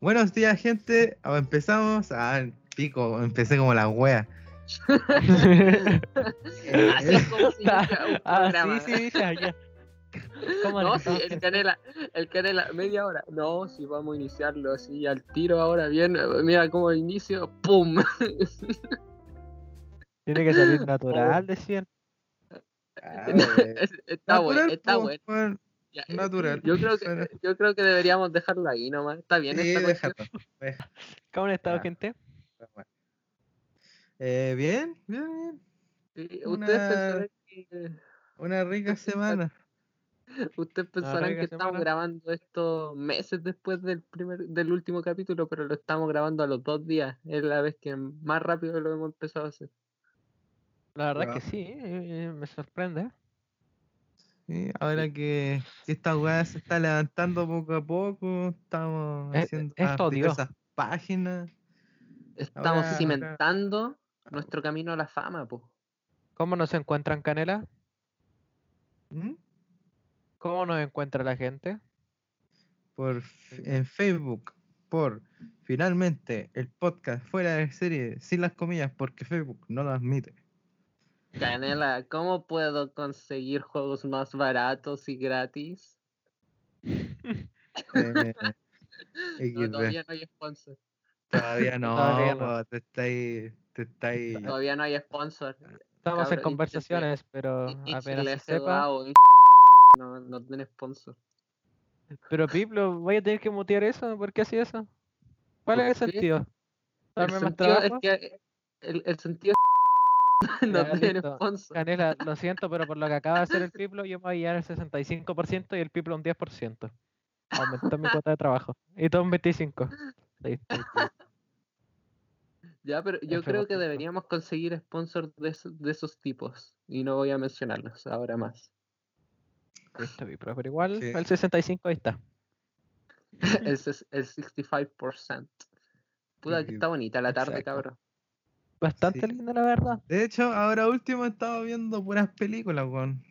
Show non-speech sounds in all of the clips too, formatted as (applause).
Buenos días, gente. Ah, Empezamos. Ah, pico, empecé como la wea. Ah, Así es (laughs) como se inicia un programa. Así se dice allá. ¿Cómo No, le- sí, el canela, el canela, media hora. No, sí, vamos a iniciarlo así al tiro ahora bien. Mira cómo inicio, ¡pum! (laughs) (laughs) Tiene que salir natural, decían. (laughs) Ah, wey. Está bueno, Natural, está po, bueno. weón. Ya, eh, Natural. Yo creo Suena- que, yo creo que deberíamos dejarlo ahí nomás. Está bien Sí, esta cuestión? déjalo. ¿Cómo han estado, Ya. gente? Eh, bien, bien, bien. Sí, Una- Ustedes pensarán que, Una rica semana. ustedes pensarán rica que estamos semana. grabando esto meses después del primer, del último capítulo, pero lo estamos grabando a los dos días. Es la vez que más rápido lo hemos empezado a hacer. La verdad Ya. que sí, eh, eh, me sorprende. Sí, ahora que si esta weá se está levantando poco a poco, estamos Eh, haciendo esto las dio. diversas páginas. Estamos Ahora- cimentando nuestro camino a la fama, po. ¿Cómo nos encuentran, Canela? ¿Mm? ¿Cómo nos encuentra la gente? Por, f- en Facebook, por finalmente el podcast fuera de serie, sin las comillas, porque Facebook no lo admite. (laughs) Canela, ¿cómo puedo conseguir juegos más baratos y gratis? Eh, XD. No, (laughs) todavía (laughs) no hay sponsor. Todavía no, Todavía no. po, te estáis. Te estáis Todavía no hay sponsor. Estamos Cabro, y- en y- conversaciones, pero Y- y apenas Chile se ha sepa. dudado, y- No, no tiene sponsor. Pero Piplo, voy a tener que mutear eso. ¿Por qué así eso? ¿Cuál ¿Por es qué? el sentido? El ¿Darme más sentido, es trabajo? que, el, el sentido es no Ya, tiene listo. sponsor. Canela, (laughs) lo siento, pero por lo que acaba de hacer el Piplo, yo me voy a llevar el 65% y el Piplo un 10%. Aumentó mi cuota de trabajo. Y todo un 25. Listo. Ya, pero yo F creo que bajito. deberíamos conseguir sponsors de, esos- de esos tipos. Y no voy a mencionarlos ahora más. (laughs) Listo, Piplo. Pero igual, Sí. el 65 ahí está. el, ses- el 65%. Puta, que Ujú, está bonita la tarde, exacto. cabrón. Bastante Sí. lindo, la verdad. De hecho, ahora último he estado viendo puras películas, weón.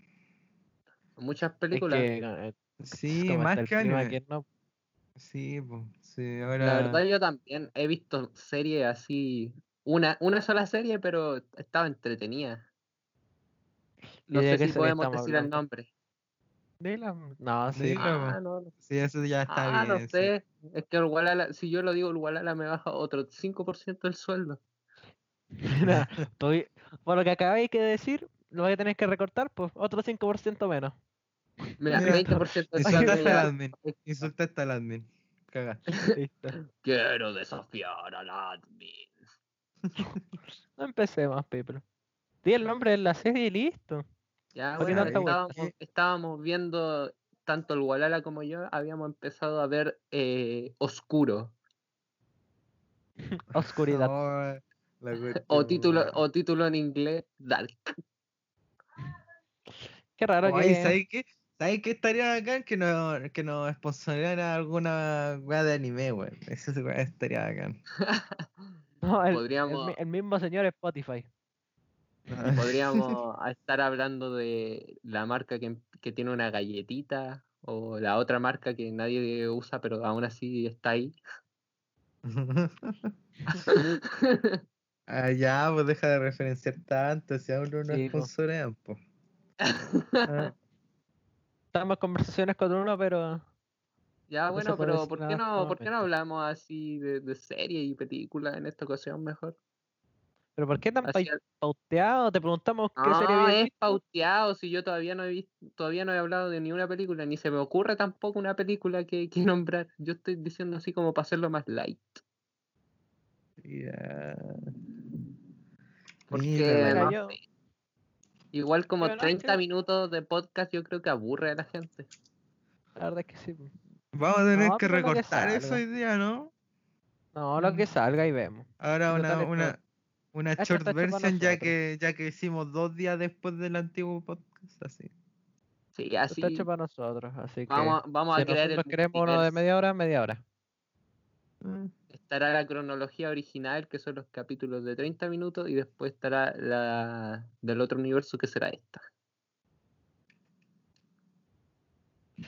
Muchas Es películas. que, eh, Ah, Sí, como está más el que clima anime. aquí, no, Sí, po, sí, ahora. La verdad, yo también he visto series así. Una, una sola serie, pero estaba entretenida. ¿Y No de sé qué si serie podemos estamos decir el hablando? nombre. Dila, No, sí. Dila. Claro. Ah, no, no. Sí, eso ya está Ah, bien. no sí. sé. Es que el Walala, si yo lo digo, el Walala me baja otro 5% del sueldo. Mira, estoy- por lo que acabáis de decir, lo voy a tener que recortar, pues otro 5% menos. Mira, Mira, 20% del sueldo. Insultaste al ya. admin. Insultaste al admin. Caga. Listo. Quiero desafiar al admin. No empecemos, people. Di el nombre de la serie y listo. Ya, ¿Por qué bueno, tanta vuelta? estábamos, estábamos viendo, tanto el Walala como yo, habíamos empezado a ver eh, Oscuro. Oscuridad. Oh, (laughs) la cuestión, Uh. O título, weón. o título en inglés, Dark. Qué raro Oye, que. ¿sabes qué? ¿Sabes qué estaría bacán? Que nos que nos sponsorara alguna weá de anime, weón. (laughs) Eso se- estaría bacán. (laughs) No, el, el Podríamos- mi- el mismo señor (laughs) Spotify. (laughs) Podríamos estar hablando de la marca que, que tiene una galletita o la otra marca que nadie usa, pero aún así está ahí. (laughs) Ah, ya, pues deja de referenciar tanto, si aún no nos Sí, po. sponsorean, po. Ah. Estamos en conversaciones con uno, pero. ya, No se bueno, puede pero decir ¿por nada qué, no, hasta ¿por qué no hablamos así de, de serie y película en esta ocasión mejor? ¿Pero por qué tan Así al- pauteado? Te preguntamos qué serie No, habías es visto. pauteado, si yo todavía no he visto, todavía no he hablado de ni una película, ni se me ocurre tampoco una película que, que nombrar. Yo estoy diciendo así como para hacerlo más light. Ya. Porque Mira, Mira, no yo- sé, igual como Pero no, 30 sí. minutos de podcast yo creo que aburre a la gente. La verdad es que sí. Vamos a tener No, que pero lo que recortar eso salga. hoy día, ¿no? No, lo que Mm. salga y vemos. Ahora Total, una, esto- una, una esto short está hecho para version ya nosotros. que, ya que hicimos dos días después del antiguo podcast, así. Sí, Esto así Está hecho para nosotros, así que. vamos, vamos si a crear el nosotros queremos uno de multiverso. media hora, media hora. Ah, Estará la cronología original, que son los capítulos de 30 minutos, y después estará la del otro universo, que será esta.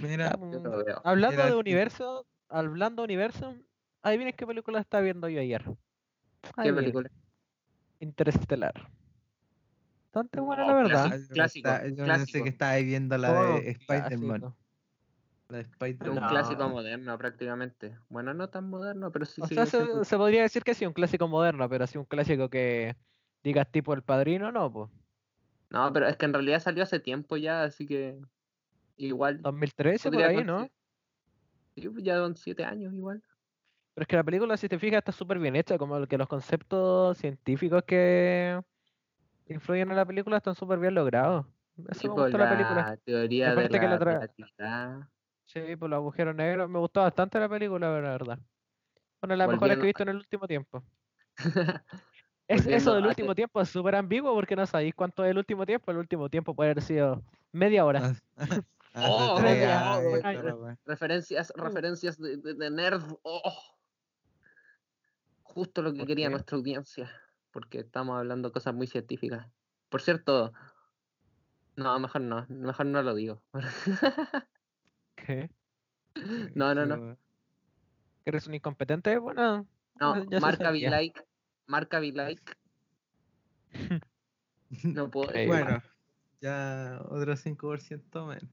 Mira, Ya, Yo mm, lo veo. Hablando Era de así. universo, hablando de universo, Adivinen qué película estaba viendo yo ayer. ¿Qué Adivinen. película? Interestelar. Bastante buena, la Wow, verdad. Oh, yo no clásico, clásico, estaba- yo no clásico. sé que estaba ahí viendo la Todo de Spider-Man. clásico. La de Es un Spider-Man. No. clásico moderno prácticamente. Bueno, no tan moderno, pero sí. O sí, sea, sí, se, sí. se podría decir que sí, un clásico moderno, pero así un clásico que digas tipo El Padrino, no, pues. No, pero es que en realidad salió hace tiempo ya, así que igual. 2013 por podría ahí, consi- ¿no? Sí, pues ya son siete años igual. Pero es que la película, si te fijas, está súper bien hecha, como el que los conceptos científicos que influyen en la película están súper bien logrados. Eso Sí, me pues, gustó la película. teoría de Aparte la que la otra- relatividad. (laughs) Sí, por los agujeros negros. Me gustó bastante la película, la verdad. Bueno, la mejor que Volviendo- he visto en el último tiempo. Es, eso Volviendo del a último hacer- tiempo es súper ambiguo porque no sabéis cuánto es el último tiempo. El último tiempo puede haber sido media Ah, hora. Hace- (laughs) hace Oh, tres oh, años, oh, esta weá. referencias, Mm. referencias de, de, de nerd. oh. Justo lo que ¿Por quería qué? nuestra audiencia, porque estamos hablando cosas muy científicas. Por cierto, no, mejor no, mejor no (laughs) lo digo. (laughs) ¿Qué? Eh, No, no, Esa no. weá. ¿Que eres un incompetente? Bueno, eh, No, ya- ya se marca sabía. V-Like, (laughs) marca V-Like. No puedo. Ok. Eh, bueno, ya otro 5% menos.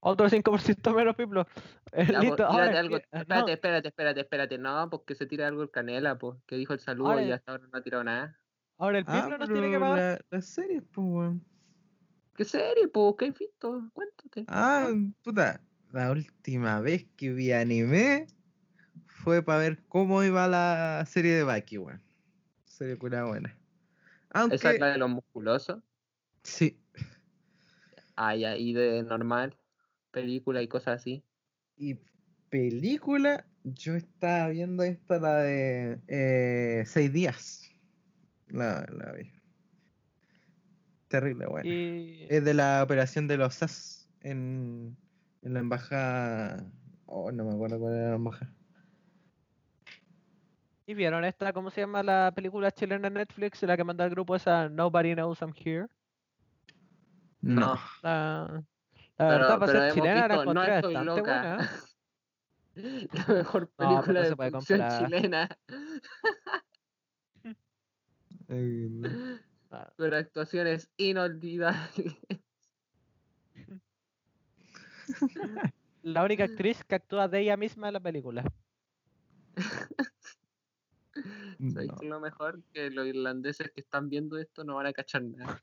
Otro 5% menos, Piplo. (laughs) Eh, Ya, po, Listo, ahora tírate que- algo. ah, no, Espérate, espérate, espérate, espérate. No, porque se tira algo el canela, pues, que dijo el saludo Ahora- y hasta ahora no ha tirado nada. Ahora el Ah, Piplo nos tiene que pero pagar. la, las series, pues, weón. ¿Qué serie, pues? ¿Qué has visto? Cuéntate. Ah, puta. La última vez que vi anime fue para ver cómo iba la serie de Baki, weón. Serie cura buena. Aunque, Esa es la de los musculosos. sí. Ay, ahí de normal. Película y cosas así. (laughs) Y película, yo estaba viendo esta, la de eh, Seis Días. La, la vi. Terrible, buena. Y... Es de la operación de los SAS en, en la embajada. Oh, no me acuerdo cuál era la embajada. ¿Y vieron esta, cómo se llama la película chilena en Netflix, la que manda el grupo esa Nobody Knows I'm Here? No. La, la Pero, verdad, para pero ser hemos chilena la visto, no encontré estoy bastante buena. loca. La mejor pero no película se de puede ficción comparar. chilena. Eh, no. Ah, Con actuaciones inolvidables. (laughs) La única actriz que actúa de ella misma en la película. ¿Sabéis No. que lo mejor? Que los irlandeses que están viendo esto no van a cachar nada.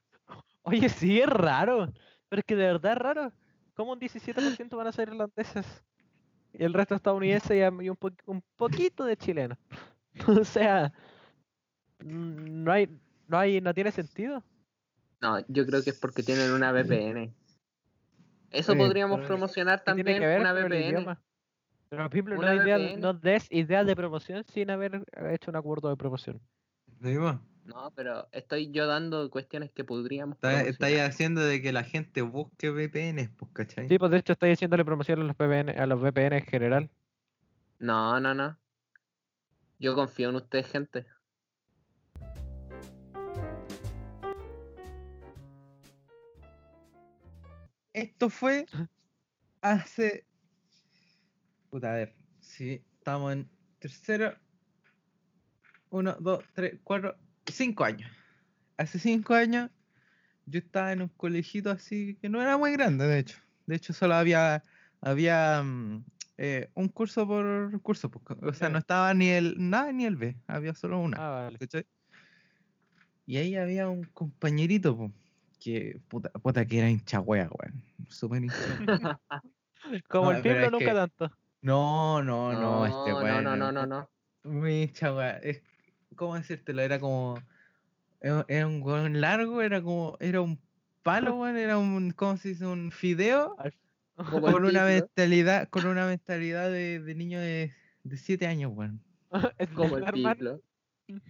Oye, sí, es raro. Pero es que de verdad es raro. ¿Cómo un 17% van a ser irlandeses? Y el resto estadounidense y am- y un, po- un poquito de chileno. (laughs) o sea, mm, no hay, no hay, no tiene sentido. No, yo creo que es porque tienen una VPN. Eso Sí, podríamos pero- promocionar ¿Qué tiene también que ver una con el VPN. idioma? Pero Piplo, no, Una idea- VPN. no des ideas de promoción sin haber hecho un acuerdo de promoción. Digo, No, pero estoy yo dando cuestiones que podríamos. está- promocionar. Estáis haciendo de que la gente busque VPNs, pues, ¿cachai? Sí, pues de hecho estáis haciéndole promoción a los, VPN, a los VPN en general. No, no, no. Yo confío en ustedes, gente. Esto fue hace. Puta, a ver. Sí, estamos en tercero. Uno, dos, tres, cuatro, cinco años. Hace cinco años yo estaba en un colegito así que no era muy grande, de hecho. De hecho, solo había, había mm, eh, un curso por curso. pues, co- O sea, Ya. no estaba ni el nada ni el B, había solo una. Ah, vale. ¿cachai? Y ahí había un compañerito, po, que puta, puta que era hincha wea, weón. Súper hincha. (laughs) Como No, el pero Piplo es nunca que- tanto. No, no, no, este no, weón. no, no, era (laughs) no, no. Muy hincha wea. Es, ¿Cómo decírtelo? Era como. Era era un weón largo, era como. Era un palo, weón. Era un. ¿Cómo se dice? Un fideo. Como el Con una Piplo, mentalidad, con una mentalidad de, de niño de 7 años, weón. Es Como el verdad, (laughs) hermano. piplo.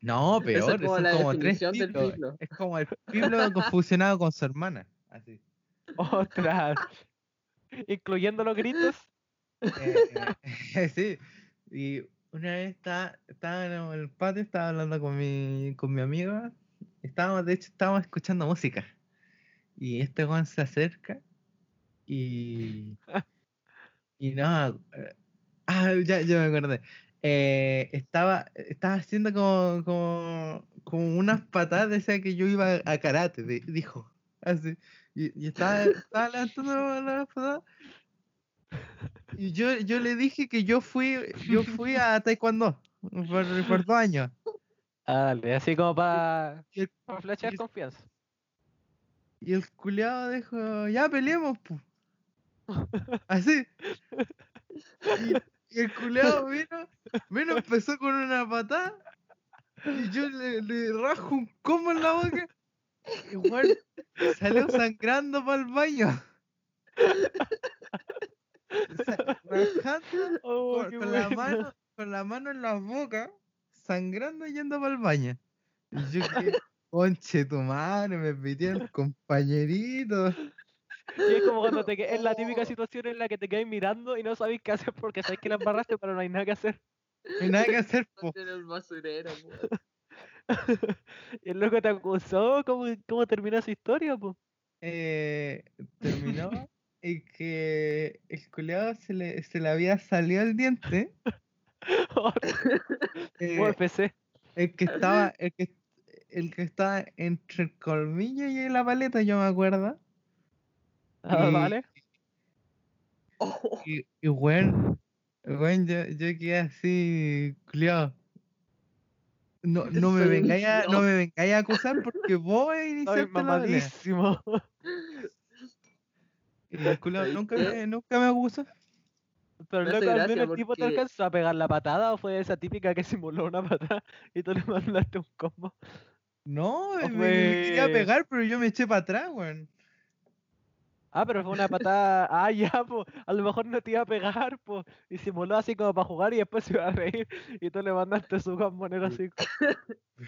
No, Esa peor, es como son la como tres definición del piblos. piplo. Es como el piblo confusionado con su hermana. Así. (laughs) Ostras. Incluyendo los gritos. Eh, eh, (laughs) sí. Y una vez estaba, estaba en el patio, estaba hablando con mi, con mi amiga. Estábamos, de hecho, estábamos escuchando música. Y este Juan se acerca y. Y no, eh, Ah, ya, ya me acordé. Eh, estaba, estaba haciendo como, como, como unas patadas, decía que yo iba a karate, di- dijo. Así. Y, y estaba, estaba levantando las patadas. Y yo, yo le dije que yo fui, yo fui a Taekwondo por, por dos años. Ah, dale, así como para Y el, pa flashear Yes. confianza. y el culiado dijo, ya peleemos, pu". Así. Y, y el culeado vino, vino, empezó con una patada. Y yo le, le rajo un combo en la boca. Igual salió sangrando para el baño. (laughs) O sea, rajando Oh, con, qué con la buena. mano, con la mano en la boca, sangrando yendo para el baño. Y yo que, conche tu madre, me pidieron compañerito. (laughs) Y es como cuando te que- es la Oh. típica situación en la que te quedas mirando y no sabes qué hacer porque sabes que la embarraste, pero no hay nada que hacer. Y nada que hacer, po. Era el basurero, po. Y el loco te acusó, ¿cómo, cómo terminó su historia, po? eh, terminó y que el culeado se le, se le había salido el diente. Oh, eh, UFC. el que estaba, el que, el que estaba entre el colmillo y la paleta, yo me acuerdo. Ah, y- vale. Oh, Y, y weón, weón, yo, yo quedé así, culeado. (laughs) No, no me Soy vengáis a, no un me vengáis a acusar porque (laughs) vos Ay, iniciaste la pelea. mamadísimo. Y el (laughs) culiao ¿Sabes nunca, qué? me- nunca me acusó. Pero Me el hace loco, al gracia menos el tipo te porque- alcanzó a pegar la patada o fue esa típica que simuló una patada y tú le mandaste un combo. No, Oh, me, me- me quería pues. Hombre. pegar, pero yo me eché para atrás, weón. (laughs) Ah, pero fue una patada. Ah, (laughs) ya, po. A lo mejor no te iba a pegar, po. Y simuló así como para jugar y después (laughs) se iba a reír. Y tú le mandaste su combo, negro, así.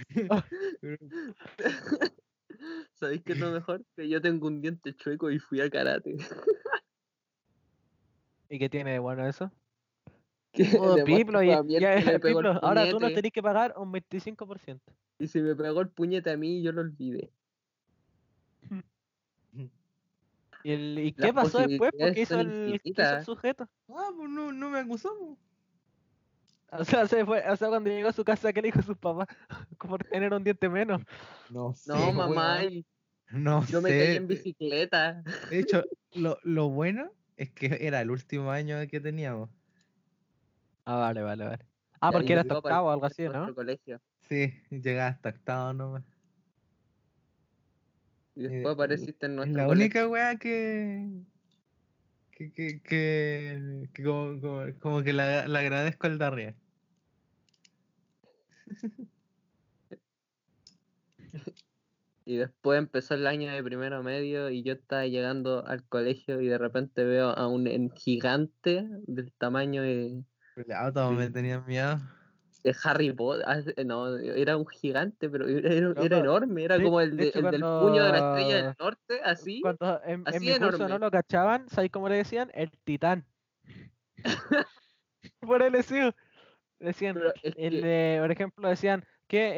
Pero- (laughs) ah, pues ¿Sabéis qué es lo mejor? Que yo tengo un diente chueco y fui a karate. (laughs) ¿Y qué tiene de bueno eso? Que Oh, (laughs) le Piplo, muestro ya, a Miel ya, que (laughs) le pegó el Piplo, ahora tú nos puñete, tenés que pagar un 25%. Y si me pegó el puñete a mí, yo lo olvidé. ¿Y, el- y Las qué pasó después? posibilidades Porque hizo son el, qué hizo el infinitas. sujeto. (laughs) Ah, pues no, no me acusó. po. O sea, se fue, o sea, cuando llegó a su casa, ¿qué le dijo a sus (laughs) papás? Por tener un diente menos. No sé. pues, No, mamá, weón. y No yo me sé. pues. caí en bicicleta. De hecho, lo, lo bueno es que era el último año que teníamos. Ah, vale, vale, vale. Ah, Ya, porque y era llegó para octavo o algo así, nuestro ¿no? colegio. Sí, llegaba hasta octavo nomás. Y Eh, después apareciste en Es nuestro la colegio. única weá que. que. que. que, que como, como- como que la, la agradezco al Darrier. Y después empezó el año de primero medio y yo estaba llegando al colegio y de repente veo a un en- gigante del tamaño de, Culeado, todos me Sí. tenían miedo. de Harry Potter. Ah, eh, No, era un gigante, pero era, era- Loco, era enorme, era de- como el, de de- hecho, el del cuando- puño de la estrella del norte, así. Cuando en, en Así mi curso no enorme. lo cachaban, ¿sabes cómo le decían? El titán. (laughs) Por el decían. Decían, Pero es que- el, de- por ejemplo, decían, ¿qué,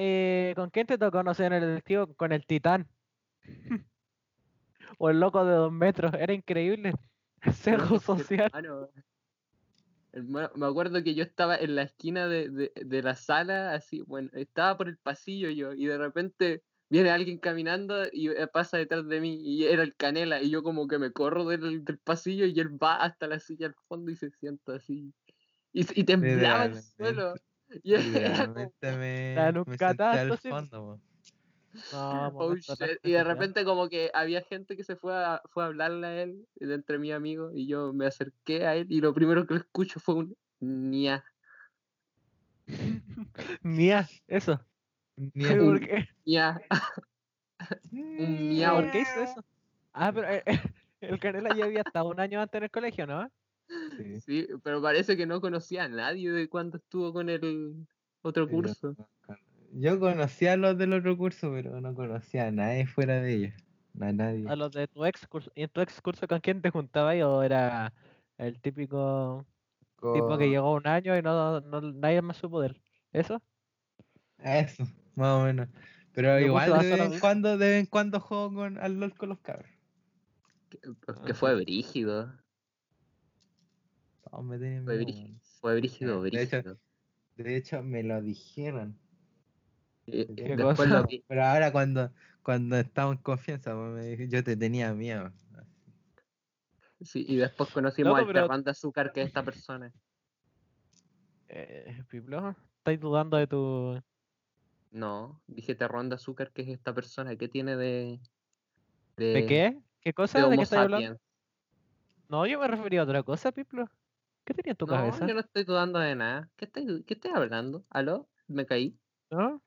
eh, ¿con quién te tocó? No sé, en el tío, con el titán. (laughs) o el loco de dos metros, era increíble. (laughs) Cerro Pero es que, (laughs) social. hermano, hermano, Ah, me acuerdo que yo estaba en la esquina de, de- de la sala, así, bueno, estaba por el pasillo yo, y de repente viene alguien caminando y eh, pasa detrás de mí, y era el canela, y yo como que me corro del, del pasillo y él va hasta la silla al fondo y se sienta así. Y, se- y temblaba el Literalmente. suelo. Y (laughs) era como, Literalmente me, Está en un me senté al catástrofe. fondo. po. No, "Oh, momento tan shit", Y de especial. repente como que había gente que se fue a, fue a hablarle a él, de entre mis amigos, y yo me acerqué a él, y lo primero que escucho fue un ña. Mia, eso. Miedo. ¿Por qué? Ya, Mm, miau. ¿Por qué hizo eso? Ah, pero eh, (laughs) eh, el Canela ya había estado un año antes en el colegio, ¿no? Sí. sí, pero parece que no conocía a nadie de cuando estuvo con el otro Pero curso. no con- Yo conocía a los del otro curso, pero no conocía a nadie fuera de ellos. A nadie. A los de tu ex curso. ¿Y en tu ex curso con quién te juntabas o era el típico tipo que Con- llegó un año y no, no- nadie más supo de él? ¿Eso? Eso, más o menos. Pero Yo igual justo de hace vez, la en vez. cuando, de vez en cuando juego con, al LOL con los cabros. Ah, Que, pues, que fue brígido. Todos me tienen Fue miedo, brígido. weón. Fue brígido, De hecho, brígido. De hecho, me lo dijeron. Eh, ¿qué eh, después cosa? lo vi. Pero ahora cuando, cuando estaba en confianza, pues, me dije, yo te tenía miedo. Sí, y después conocimos Loco, al pero- Terrán de Azúcar, que es esta persona. Eh, Piplo, estáis dudando de tu. No, dije Terrón de Azúcar, que es esta persona. ¿Qué tiene de. ¿De qué? ¿Qué cosa? Eh, De ¿De, Homo qué estáis hablando? sapiens. No, yo me refería a otra cosa, Piplo. ¿Qué tenía en tu No, cabeza? yo no estoy dudando de nada. ¿Qué estáis qué estáis hablando? ¿Aló? ¿Me caí? ¿No?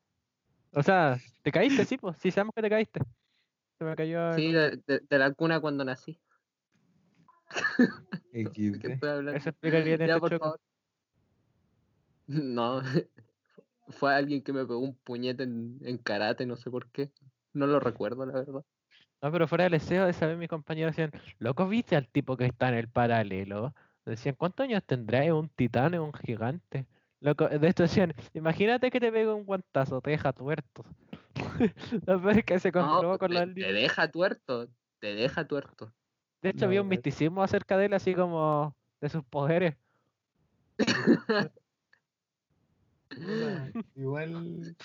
O sea, te caíste, sí, pues. Sí, sabemos que te caíste. Se me cayó. Sí, de, de- de la cuna cuando nací. ¿De qué XD. estoy hablando? Eso explicaría en Ya, este por choque. favor. (laughs) No, (laughs) fue alguien que me pegó un puñete en, en karate, no sé por qué. No lo recuerdo, la verdad. No, pero fuera del deseo, esa vez mis compañeros decían, loco, ¿viste al tipo que está en el paralelo? Decían, ¿cuántos años tendrá? ¿Es un titán? ¿Es un gigante? Loco, de esto decían, imagínate que te pega un guantazo, te deja tuerto. (laughs) Lo peor es que se No, pues comprobó con te, la te deja tuerto, te deja tuerto. De hecho, había No, un güey. misticismo acerca de él, así como de sus poderes. (laughs) Igual.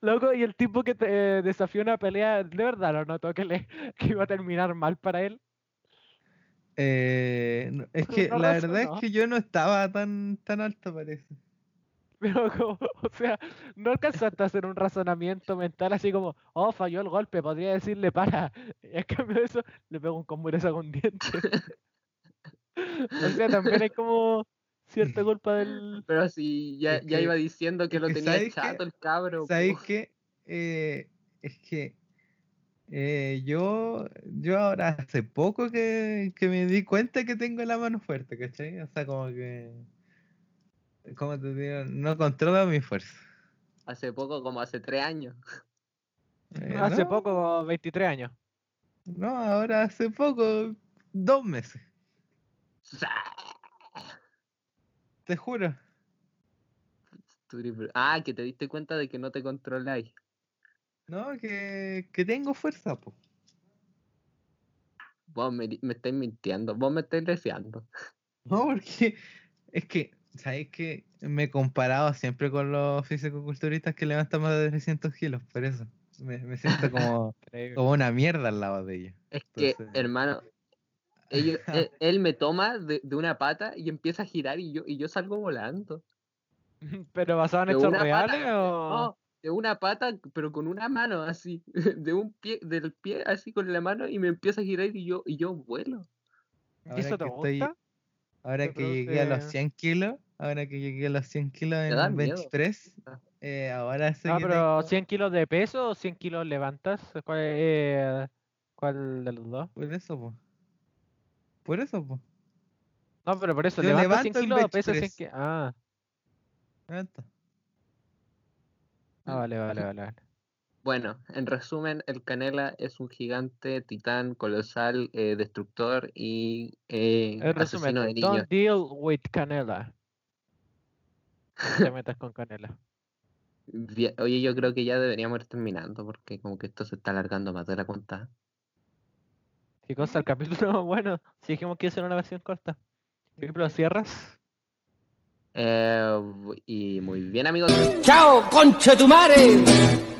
Loco, y el tipo que te eh, desafió una pelea, de verdad lo notó que, le, que iba a terminar mal para él. eh, no, es que No la verdad razonó. es que yo no estaba tan, tan alto, parece. (laughs) Pero como, o sea, no alcanzaste a hacer un razonamiento mental así como, oh, falló el golpe, podría decirle para. (laughs) Y en cambio de eso, le pego un combureza con dientes. (laughs) o sea, también es como cierta culpa del. Pero si ya, Es ya que- iba diciendo que es lo que tenía ¿sabes qué? chato el cabro. ¿Sabéis po. qué? Eh, es que eh, yo, yo ahora hace poco que, que me di cuenta que tengo la mano fuerte, ¿cachai? O sea, como que. Como te digo, no controlo mi fuerza. Hace poco, como hace tres años. (laughs) (laughs) Eh, Hace no, poco, como 23 años. No, ahora hace poco, dos meses, te juro. Tu triple- Ah, que te diste cuenta de que no te controláis. No, que, que tengo fuerza, po. Vos me, di- me estáis mintiendo, vos me estáis deseando. No, porque es que, ¿sabéis que me he comparado siempre con los fisicoculturistas que levantan más de 300 kilos? Por eso me, me siento (laughs) como, como una mierda al lado de ellos. Es que, Entonces- (laughs) hermano, ellos- él, él me toma de, de una pata y empieza a girar y yo, y yo salgo volando. ¿Pero basado en De hechos una pata, reales o.? No, Oh, de una pata, pero con una mano así, (laughs) de un pie, del pie así con la mano y me empieza a girar y yo, y yo vuelo. Ahora ¿Eso te que estoy- gusta? Ahora te que llegué a los produce- 100 kilos, ahora que llegué a los 100 kilos en da el miedo. bench press, eh, ahora sé Ah, que pero tengo- 100 kilos de peso o 100 kilos levantas? ¿Cuál, eh, ¿Cuál de los dos? Por eso, po. Por eso, po. No, pero por eso, Yo levantas levanto 100 el kilos o bench pesas 100 press. kilos. Ah. Levanta. Ah, vale, vale, vale. vale. Bueno, en resumen, el Canela es un gigante, titán, colosal, eh, destructor y eh, En resumen, asesino de niños. don't deal with Canela. No te metas con Canela. Bien, Oye, yo creo que ya deberíamos ir terminando porque como que esto se está alargando más de la cuenta. Qué cosa, el capítulo (laughs) bueno. Si dijimos que eso era una versión corta. Ejemplo, cierras. Eh, y muy bien, amigos. ¡Chao, concha tu madre!